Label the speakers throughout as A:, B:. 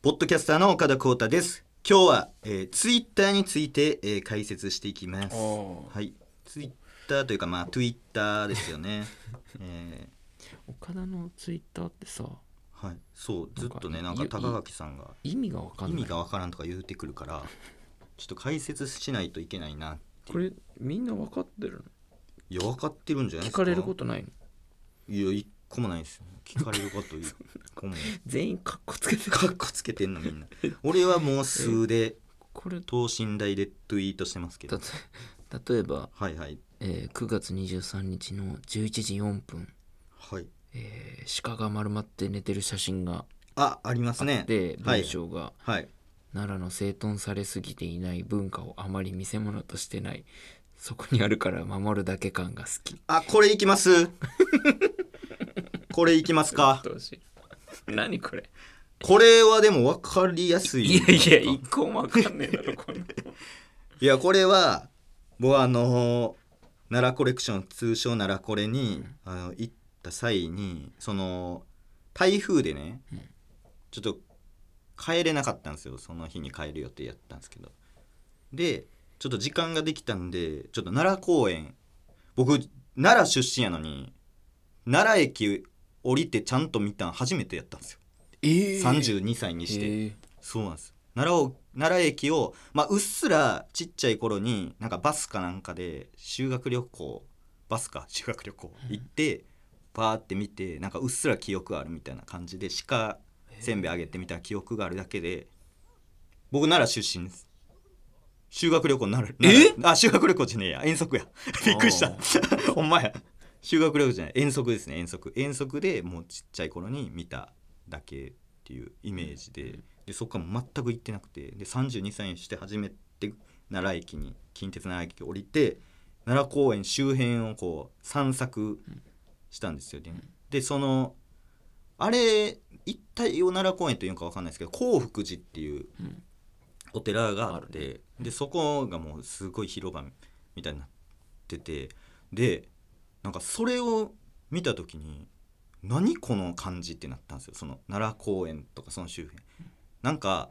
A: ポッドキャスターの岡田光太です。今日は、えー、ツイッターについて、えー、解説していきます。
B: おー
A: はい。ツイッターというか、まあ、ツイッターです よね。え
B: 岡田のツイッターってさ
A: ーはい。そう、ずっとね、
B: なん
A: な
B: ん
A: か
B: か
A: 高垣さんが
B: 意味が分かん
A: 意
B: ない
A: 味がわからんとか言うてくるから、ちょっと解説しないといけないな。
B: これみんな分かってる
A: いや、分かってるんじゃ
B: の聞
A: ないですか。
B: かれることないの
A: いや、一個もないですよ。聞かれるこ と一個も。
B: 全員カッコつけてる
A: かっこつけてんのみ んな。俺はもう数で、
B: これ
A: 等身大でツイートしてますけ
C: た
A: ど。
C: と例えば、
A: はいはい。
C: えー9月23日の11時4分、
A: はい。
C: えー鹿が丸まって寝てる写真が
A: あ、ありますね。
C: で
A: はい
C: 文。章が、
A: はい。
C: 奈良の整頓されすぎていない文化をあまり見せ物としてないそこにあるから守るだけ感が好き
A: あ、これいき ます。これいきますか。
C: どうしよう 何これ
A: これはでも分かりやすい。
C: いやいや一個も分かんねえだろこの
A: いやこれは僕はあの奈良コレクション通称奈良コレに、あの行った際にその台風でね、ちょっと帰れなかったんですよその日に帰る予定やったんですけどでちょっと時間ができたんでちょっと奈良公園僕奈良出身やのに奈良駅降りてちゃんと見たん初めてやったんですよ、
C: え
A: 32歳にして。そうなんです奈良を奈良駅を、まあ、うっすらちっちゃい頃になんかバスかなんかで修学旅行バスか修学旅行行って、バーって見てなんかうっすら記憶あるみたいな感じで鹿せんべいあげてみたいな記憶があるだけで僕奈良出身です修学旅行奈良奈良あ修学旅行じゃねえや遠足やびっくりした ほんまや修学旅行じゃない遠足ですね遠足遠足でもうちっちゃい頃に見ただけっていうイメージで,、でそこからもう全く行ってなくてで32歳にして初めて奈良駅に近鉄奈良駅降りて奈良公園周辺をこう散策したんですよね。でそのあれ一体を奈良公園というのか分かんないですけど興福寺っていう
C: うん
A: お寺があって、でそこがもうすごい広場みたいになっててでなんかそれを見た時に何この感じってなったんですよその奈良公園とかその周辺。なんか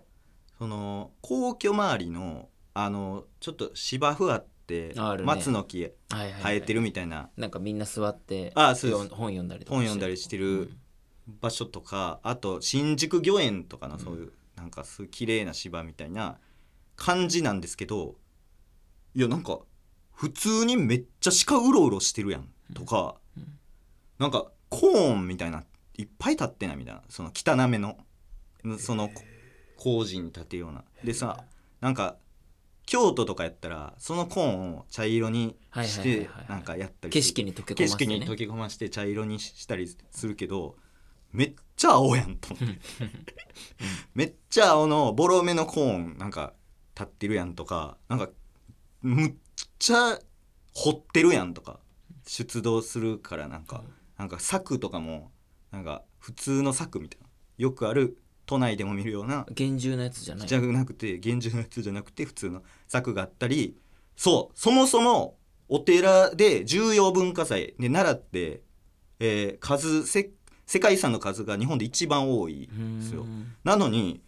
A: その皇居周りのあのちょっと芝生あって
C: あるね
A: 松の木
C: はいはい、は
A: 生
C: い、
A: えてるみたいな
C: なんかみんな座って
A: あそうです
C: よん本読んだりとか
A: 本読んだりしてる場所とかあと新宿御苑とかのそういうなんかすごい綺麗な芝みたいな感じなんですけどいやなんか普通にめっちゃ鹿うろうろしてるやんとかなんかコーンみたいないっぱい立ってないみたいなその汚めのその工事に立てるようなでさなんか京都とかやったらそのコーンを茶色にし
C: はいはい
A: て
C: はいはいはい
A: なんかやったり
C: 景
A: する
C: 色に溶け込ませて、ね、
A: 景色に溶け込まして茶色にしたりするけどめっちゃ青やんと思ってめっちゃ青のボロめのコーンなんか立ってるやんとかなんかむっちゃ掘ってるやんとか出動するからなんか、なんか柵とかもなんか普通の柵みたいなよくある都内でも見るような
C: 厳重なやつじゃない
A: じゃなくて厳重なやつじゃなくて普通の柵があったりそうそもそもお寺で重要文化財で奈良って、えー数せ世界遺産の数が日本で一番多いんですよ
C: うん
A: なのに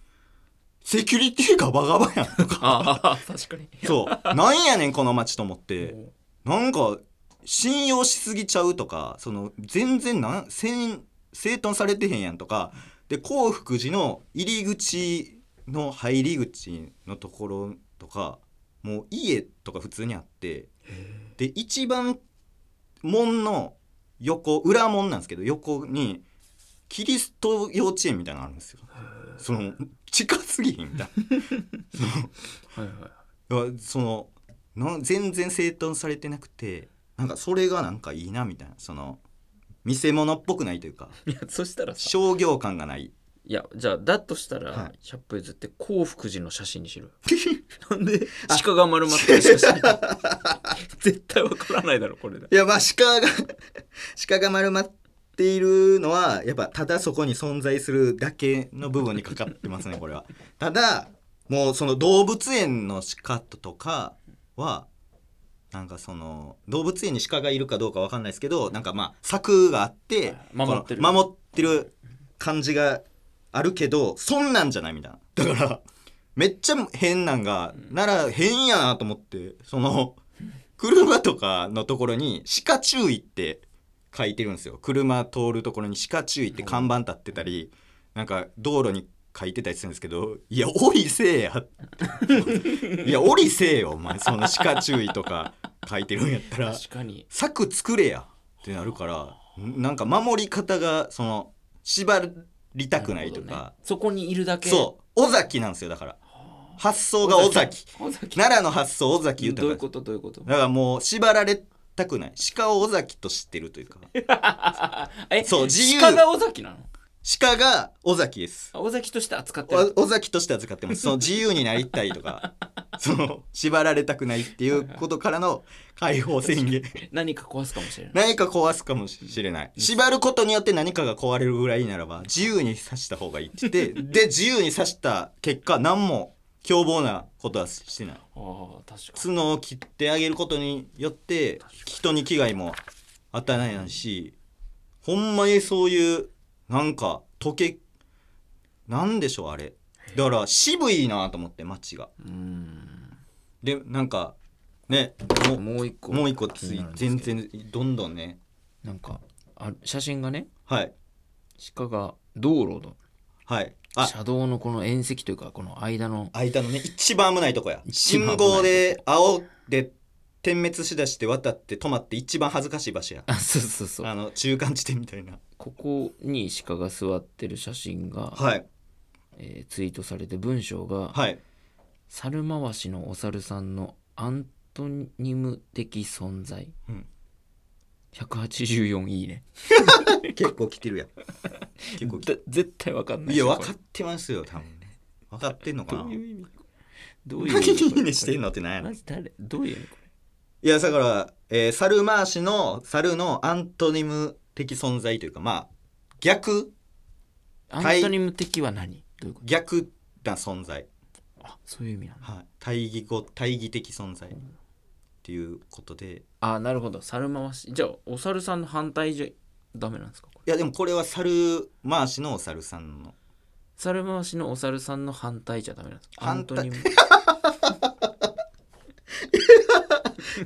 A: セキュリティがバカバカやんと か
C: ああ確かに
A: そうなんやねんこの街と思って
C: お
A: なんか信用しすぎちゃうとかその全然なんせん整頓されてへんやんとかで興福寺の入り口の入り口のところとかもう家とか普通にあってで一番門の横裏門なんですけど横にキリスト幼稚園みたいなのあるんですよ。その近すぎひんみたいな。
C: はいはい
A: いやそのな全然整頓されてなくてなんかそれがなんかいいなみたいなその見せ物っぽくないという か
C: いやそしたらさ
A: 商業感がない
C: いやじゃあだとしたら、
A: はい
C: 100歩譲って興福寺の写真 にしろよなんで 鹿が丸まってる写真絶対わからないだろこれだ
A: いやまあ鹿が 鹿が丸まっているのはやっぱただそこに存在するだけの部分にかかってますね これはただもうその動物園の鹿とかはなんかその動物園に鹿がいるかどうかわかんないですけどなんかまあ柵があって
C: 守ってる
A: この守ってる感じがあるけどそんなんじゃないみたいなだからめっちゃ変なんがなら変やなと思ってその車とかのところに「鹿注意」って書いてるんですよ車通るところに「鹿注意」って看板立ってたりなんか道路に書いてたりするんですけど「いや降りせえ や」いや降りせえよお前その鹿注意」とか書いてるんやったら
C: 確かに
A: 策作れやってなるからなんか守り方がその縛りたくないと
C: るほどね
A: か、
C: そこにいるだけ
A: そう尾崎なんですよだから
C: は
A: 発
C: あ
A: 想が尾崎
C: 尾崎
A: 奈良の発想尾崎
C: どういう
A: 豊
C: ことどういうこと
A: だからもう縛られたくない鹿を尾崎と知ってるというか
C: え
A: そう自由
C: 鹿が尾崎なの
A: 鹿が尾崎です
C: あ尾崎として扱ってる
A: お尾崎として扱ってますその自由になりたいと かその縛られたくないっていうことからの解放宣言
C: 何か壊すかもしれな
A: 何
C: い
A: か壊すかもしれない縛ることによって何かが壊れるぐらいならば自由に刺した方がいいって言って で自由に刺した結果何も凶暴なことはしてない
C: ああ確か
A: 角を切ってあげることによって人に危害も与えないしほんまにそういうなんか溶けなんでしょうあれだから渋いなと思って街が
C: にうん
A: でなんかねも
C: もう一
A: う
C: 個
A: もう一個つ
C: 気に
A: い
C: なるんですけど
A: 全然どんどんね
C: なんかあ写真がね
A: はい
C: 鹿が道路の
A: はいあ
C: 車道のこの縁石というかこの間の
A: 間のね一番危ないとこや
C: 一
A: 信
C: 番危ないとこ
A: 号で青で点滅しだして渡って止まって一番恥ずかしい場所や
C: あそうそうそう
A: あの中間地点みたいな
C: ここに鹿が座ってる写真が、
A: はい
C: えーツイートされて文章が
A: はい
C: 猿回しのお猿さんのアントニム的存在、
A: うん
C: 184いいね
A: 結構来てるやん結構来て
C: だ絶対わかんない
A: いや
C: これ
A: 分かってますよ多分ね分かってんのかな
C: どういう意味どういう
A: 何
C: 意 味
A: いいねしてんのってなんやろ
C: マジ誰どういう意味こ
A: いやだから、えー、猿回しの猿のアントニム的存在というかまあ逆
C: れ
A: は
C: ア
A: い
C: ントニム的は何どういうこ
A: 逆な存在
C: とあそういう意味なの
A: はい対義語対義的存在っていうことで
C: あなるほど猿回しじゃあお猿さんの反対じゃダメなんですかこれ
A: いやでもこれは猿回しのお猿さんの
C: 猿回しのお猿さんの反対じゃダメなんですかアン
A: 反
C: ト
A: 対
C: ニム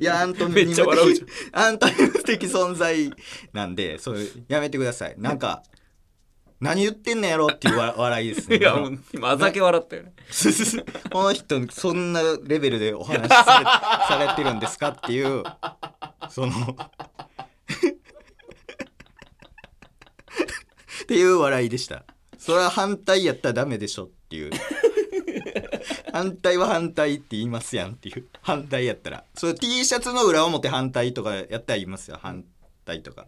A: いやアントニム
C: めっちゃ笑うじ
A: アントニム的存在なんでそれやめてくだ さいなんか何言ってんのやろっていうわ笑いですね
C: いやもう今あざけ笑ったよね
A: この人そんなレベルでお話しされされてるんですかっていうそのっていう笑いでしたそれは反対やったらダメでしょっていう反対は反対って言いますやんっていう反対やったらそれ T シャツの裏表反対とかやったら言いますよ反対とか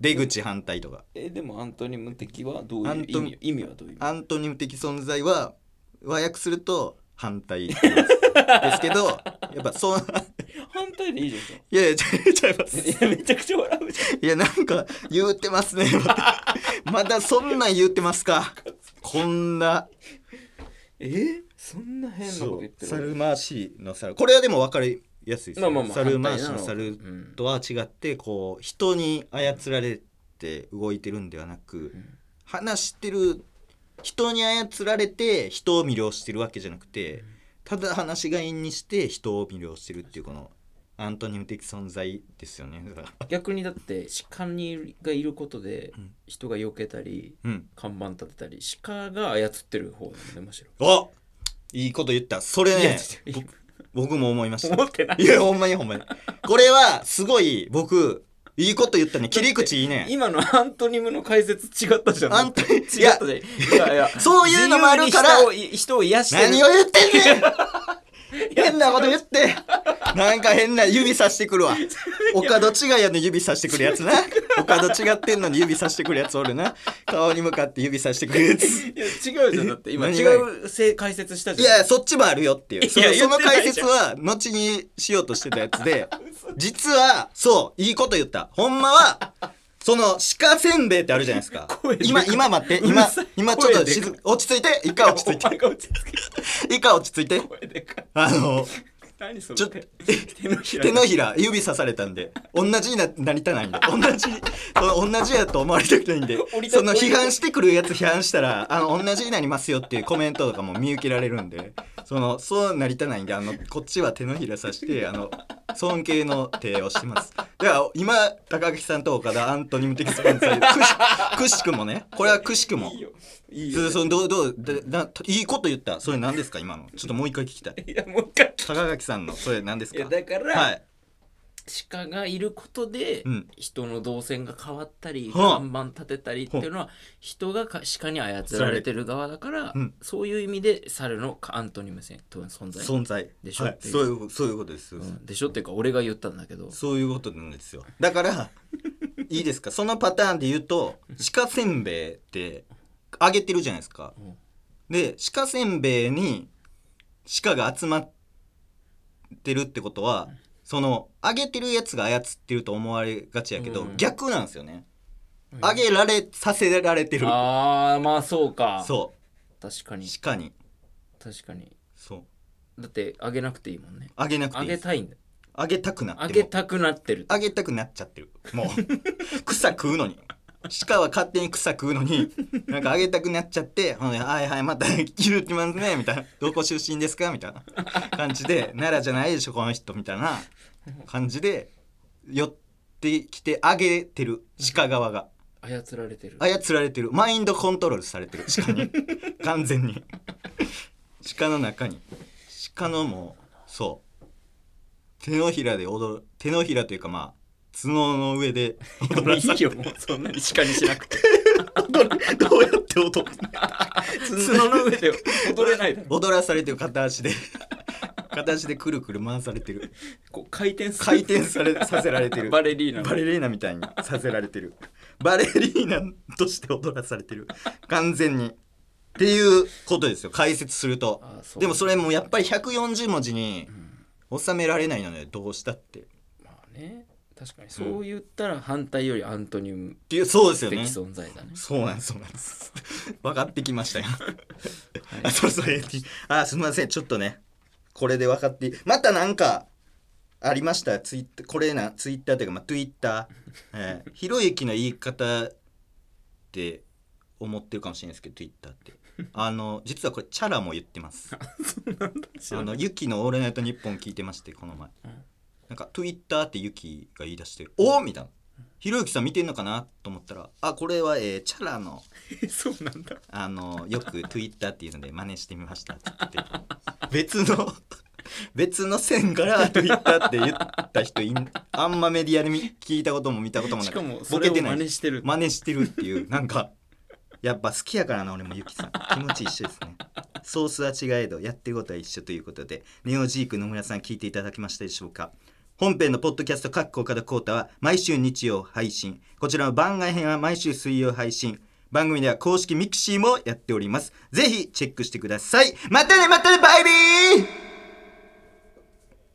A: 出口反対とか
C: えでもアントニム的はど
A: ういう意味
C: 意味はどういう
A: アントニム的存在は和訳すると反対 ですですけどやっぱそう
C: 反対でいいじゃん
A: いやいやちゃいちゃいます
C: いやめちゃくちゃ笑うじ
A: いやなんか言うてますね まだそんなん言うてますかこんな
C: ゃんえそんな変なこと言ってる
A: 猿回しの猿これはでも分かりやすいです
C: ま
A: よ
C: あまあまあ
A: 猿回し
C: 反
A: の
C: 対な
A: 猿
C: うん
A: とは違ってこう人に操られて動いてるんではなく、
C: ん
A: 話してる人に操られて人を魅了してるわけじゃなくて、ただ話が因にして人を魅了してるっていうこのアントニム的存在ですよね。だから
C: 逆にだって鹿にがいることで
A: うん
C: 人が避けたり
A: うん、
C: 看板立てたり鹿が操ってる方だもんねむしろ
A: おいいこと言ったそれ
C: いや
A: ね
C: ちょっと
A: ぼ僕も思いました。
C: 思ってない
A: いやほんまにほんまにこれはすごい僕いいこと言ったね切り口いいね。
C: 今のアントニムの解説違ったじゃん
A: アントニム
C: 違ったじゃんいやいや
A: そういうのもあるから
C: 自由に人を人を癒してる
A: 何を言ってんね ん変なこと言ってなんか変な指さしてくるわお門違いやの指さしてくるやつ なお門違ってんのに指さしてくるやつおるな顔に向かって指さしてくる やつ
C: いや違うじゃんだって今
A: 何
C: 違
A: が
C: うせ解説した
A: い
C: じゃん
A: やそっちもあるよっていうその
C: いや
A: その
C: 言ってない
A: 解
C: じゃ
A: 説
C: ん
A: は後にしようとしてたやつで実はそういいこと言ったほんまはその鹿せんべいってあるじゃないですか
C: 声でか
A: 今
C: い
A: 今待って
C: うる
A: 今
C: さい
A: 今ちょっと
C: 声でかい
A: 静落ち着いて一回落ち着い
C: お前が落ち着け
A: て一回落ち着いて
C: 声でかい
A: あの
C: 何そ
A: ちょっと
C: 手の ひ
A: 手のひら指さされたんで同じにななりたないんで同じ その同じやと思われたくないんでその批判してくるやつ批判したらあの同じになりますよっていうコメントとかも見受けられるんでそのそうなりたないんであのこっちは手のひらさしてあの尊敬の手をしてますでは今高木さんと岡田アントニム的スポンサーくしくしくもねこれはくしくも
C: いいよいい
A: そ
C: よ
A: そのどうどうだだいいこと言ったそれ何ですか今のちょっともう一回聞きたい
C: いやもう一回
A: 高垣さんのそれ何です
C: い
A: か
C: やだから、
A: はい
C: 鹿がいることで、
A: うん
C: 人の動線が変わったり、
A: はあ
C: 看板立てたりっていうのは人がか鹿に操
A: ら
C: ら
A: れ
C: れ
A: て
C: てる側だから、
A: うん
C: そういう意味で猿のアントニム線という存在、
A: 存在
C: でしょ
A: はい、そういうそういうことです、
C: うんでしょっていうか俺が言ったんだけど
A: そういうことなんですよだから いいですかそのパターンで言うと鹿せんべいってあげてるじゃないですか、
C: うん
A: で鹿せんべいに鹿が集まってるってことはそのあげてるやつが操ってると思われがちやけど、
C: うん
A: 逆なんですよね
C: うん
A: あげられさせられてる
C: あーまあそうか
A: そ
C: 確か
A: う
C: に
A: 鹿に
C: 確かに
A: そう
C: だってあげなくていいもんね
A: あげなく
C: あ
A: ていいで
C: げ
A: す
C: たいんだよ
A: あげたくなっても
C: あげたくなってる
A: あげたくなっちゃってるもう 草食うのに鹿は勝手に草食うのになんかあげたくなっちゃって「ほんではいはいまた来るってますね」みたいな「どこ出身ですか?」みたいな感じで「奈良じゃないでしょこの人」みたいな感じで寄ってきてあげてる鹿側が
C: 操られてる
A: 操られてるマインドコントロールされてる鹿に完全に鹿の中に鹿のもうそう手のひらで踊る手のひらというかまあ角の上で踊
C: もう
A: ら
C: い
A: さ
C: いよもうそんなに鹿にしなくて
A: どうやって踊る
C: 角の上で踊れないだろ
A: 踊らされてる片足で片足でくるくる回されてる
C: こう回転する
A: 回転されさせられてる
C: バレリーナ
A: バレリーナみたいにさせられてるバレリーナとして踊らされてる完全にっていうことですよ解説すると
C: あそう
A: でもそれもやっぱり140文字に収められないのでどうしたってっ
C: まあね確かにそう言ったら反対よりアントニム
A: ていうそうですよ
C: 的
A: ね
C: 存在だね、
A: そうなんですそうなんです分かってきましたよ
C: はい
A: あ そろそろ AT あすみませんちょっとねこれで分かってまたなんかありましたツイッターこれなツイッターというかまあツイッター、えー、ひろゆきの言い方って思ってるかもしれないですけどツイッターってあの実はこれチャラも言ってますあのユキの「オールナイトニッポン」聞いてましてこの前、
C: うん
A: なんか「Twitter」ってユキが言い出して「おお!」みたいな「ひろゆきさん見てんのかな?」と思ったら「あこれは、えーチャラの
C: そうなんだ
A: あのよく Twitter っていうので真似してみました」って言って別の 別の線から Twitter って言った人いんあんまメディアで見聞いたことも見たこともない
C: しかもそ
A: ボ
C: れ
A: ケ
C: を
A: てな
C: 真
A: い
C: 似してる
A: 真似してるっていうなんか やっぱ好きやからな俺もゆきさん気持ち一緒ですねソースは違えどやってることは一緒ということでネオジーク野村さん聞いていただきましたでしょうか本編のポッドキャスト「かっこ岡田浩太」は毎週日曜配信こちらの番外編は毎週水曜配信番組では公式ミクシーもやっておりますぜひチェックしてくださいまたねまたねバイビー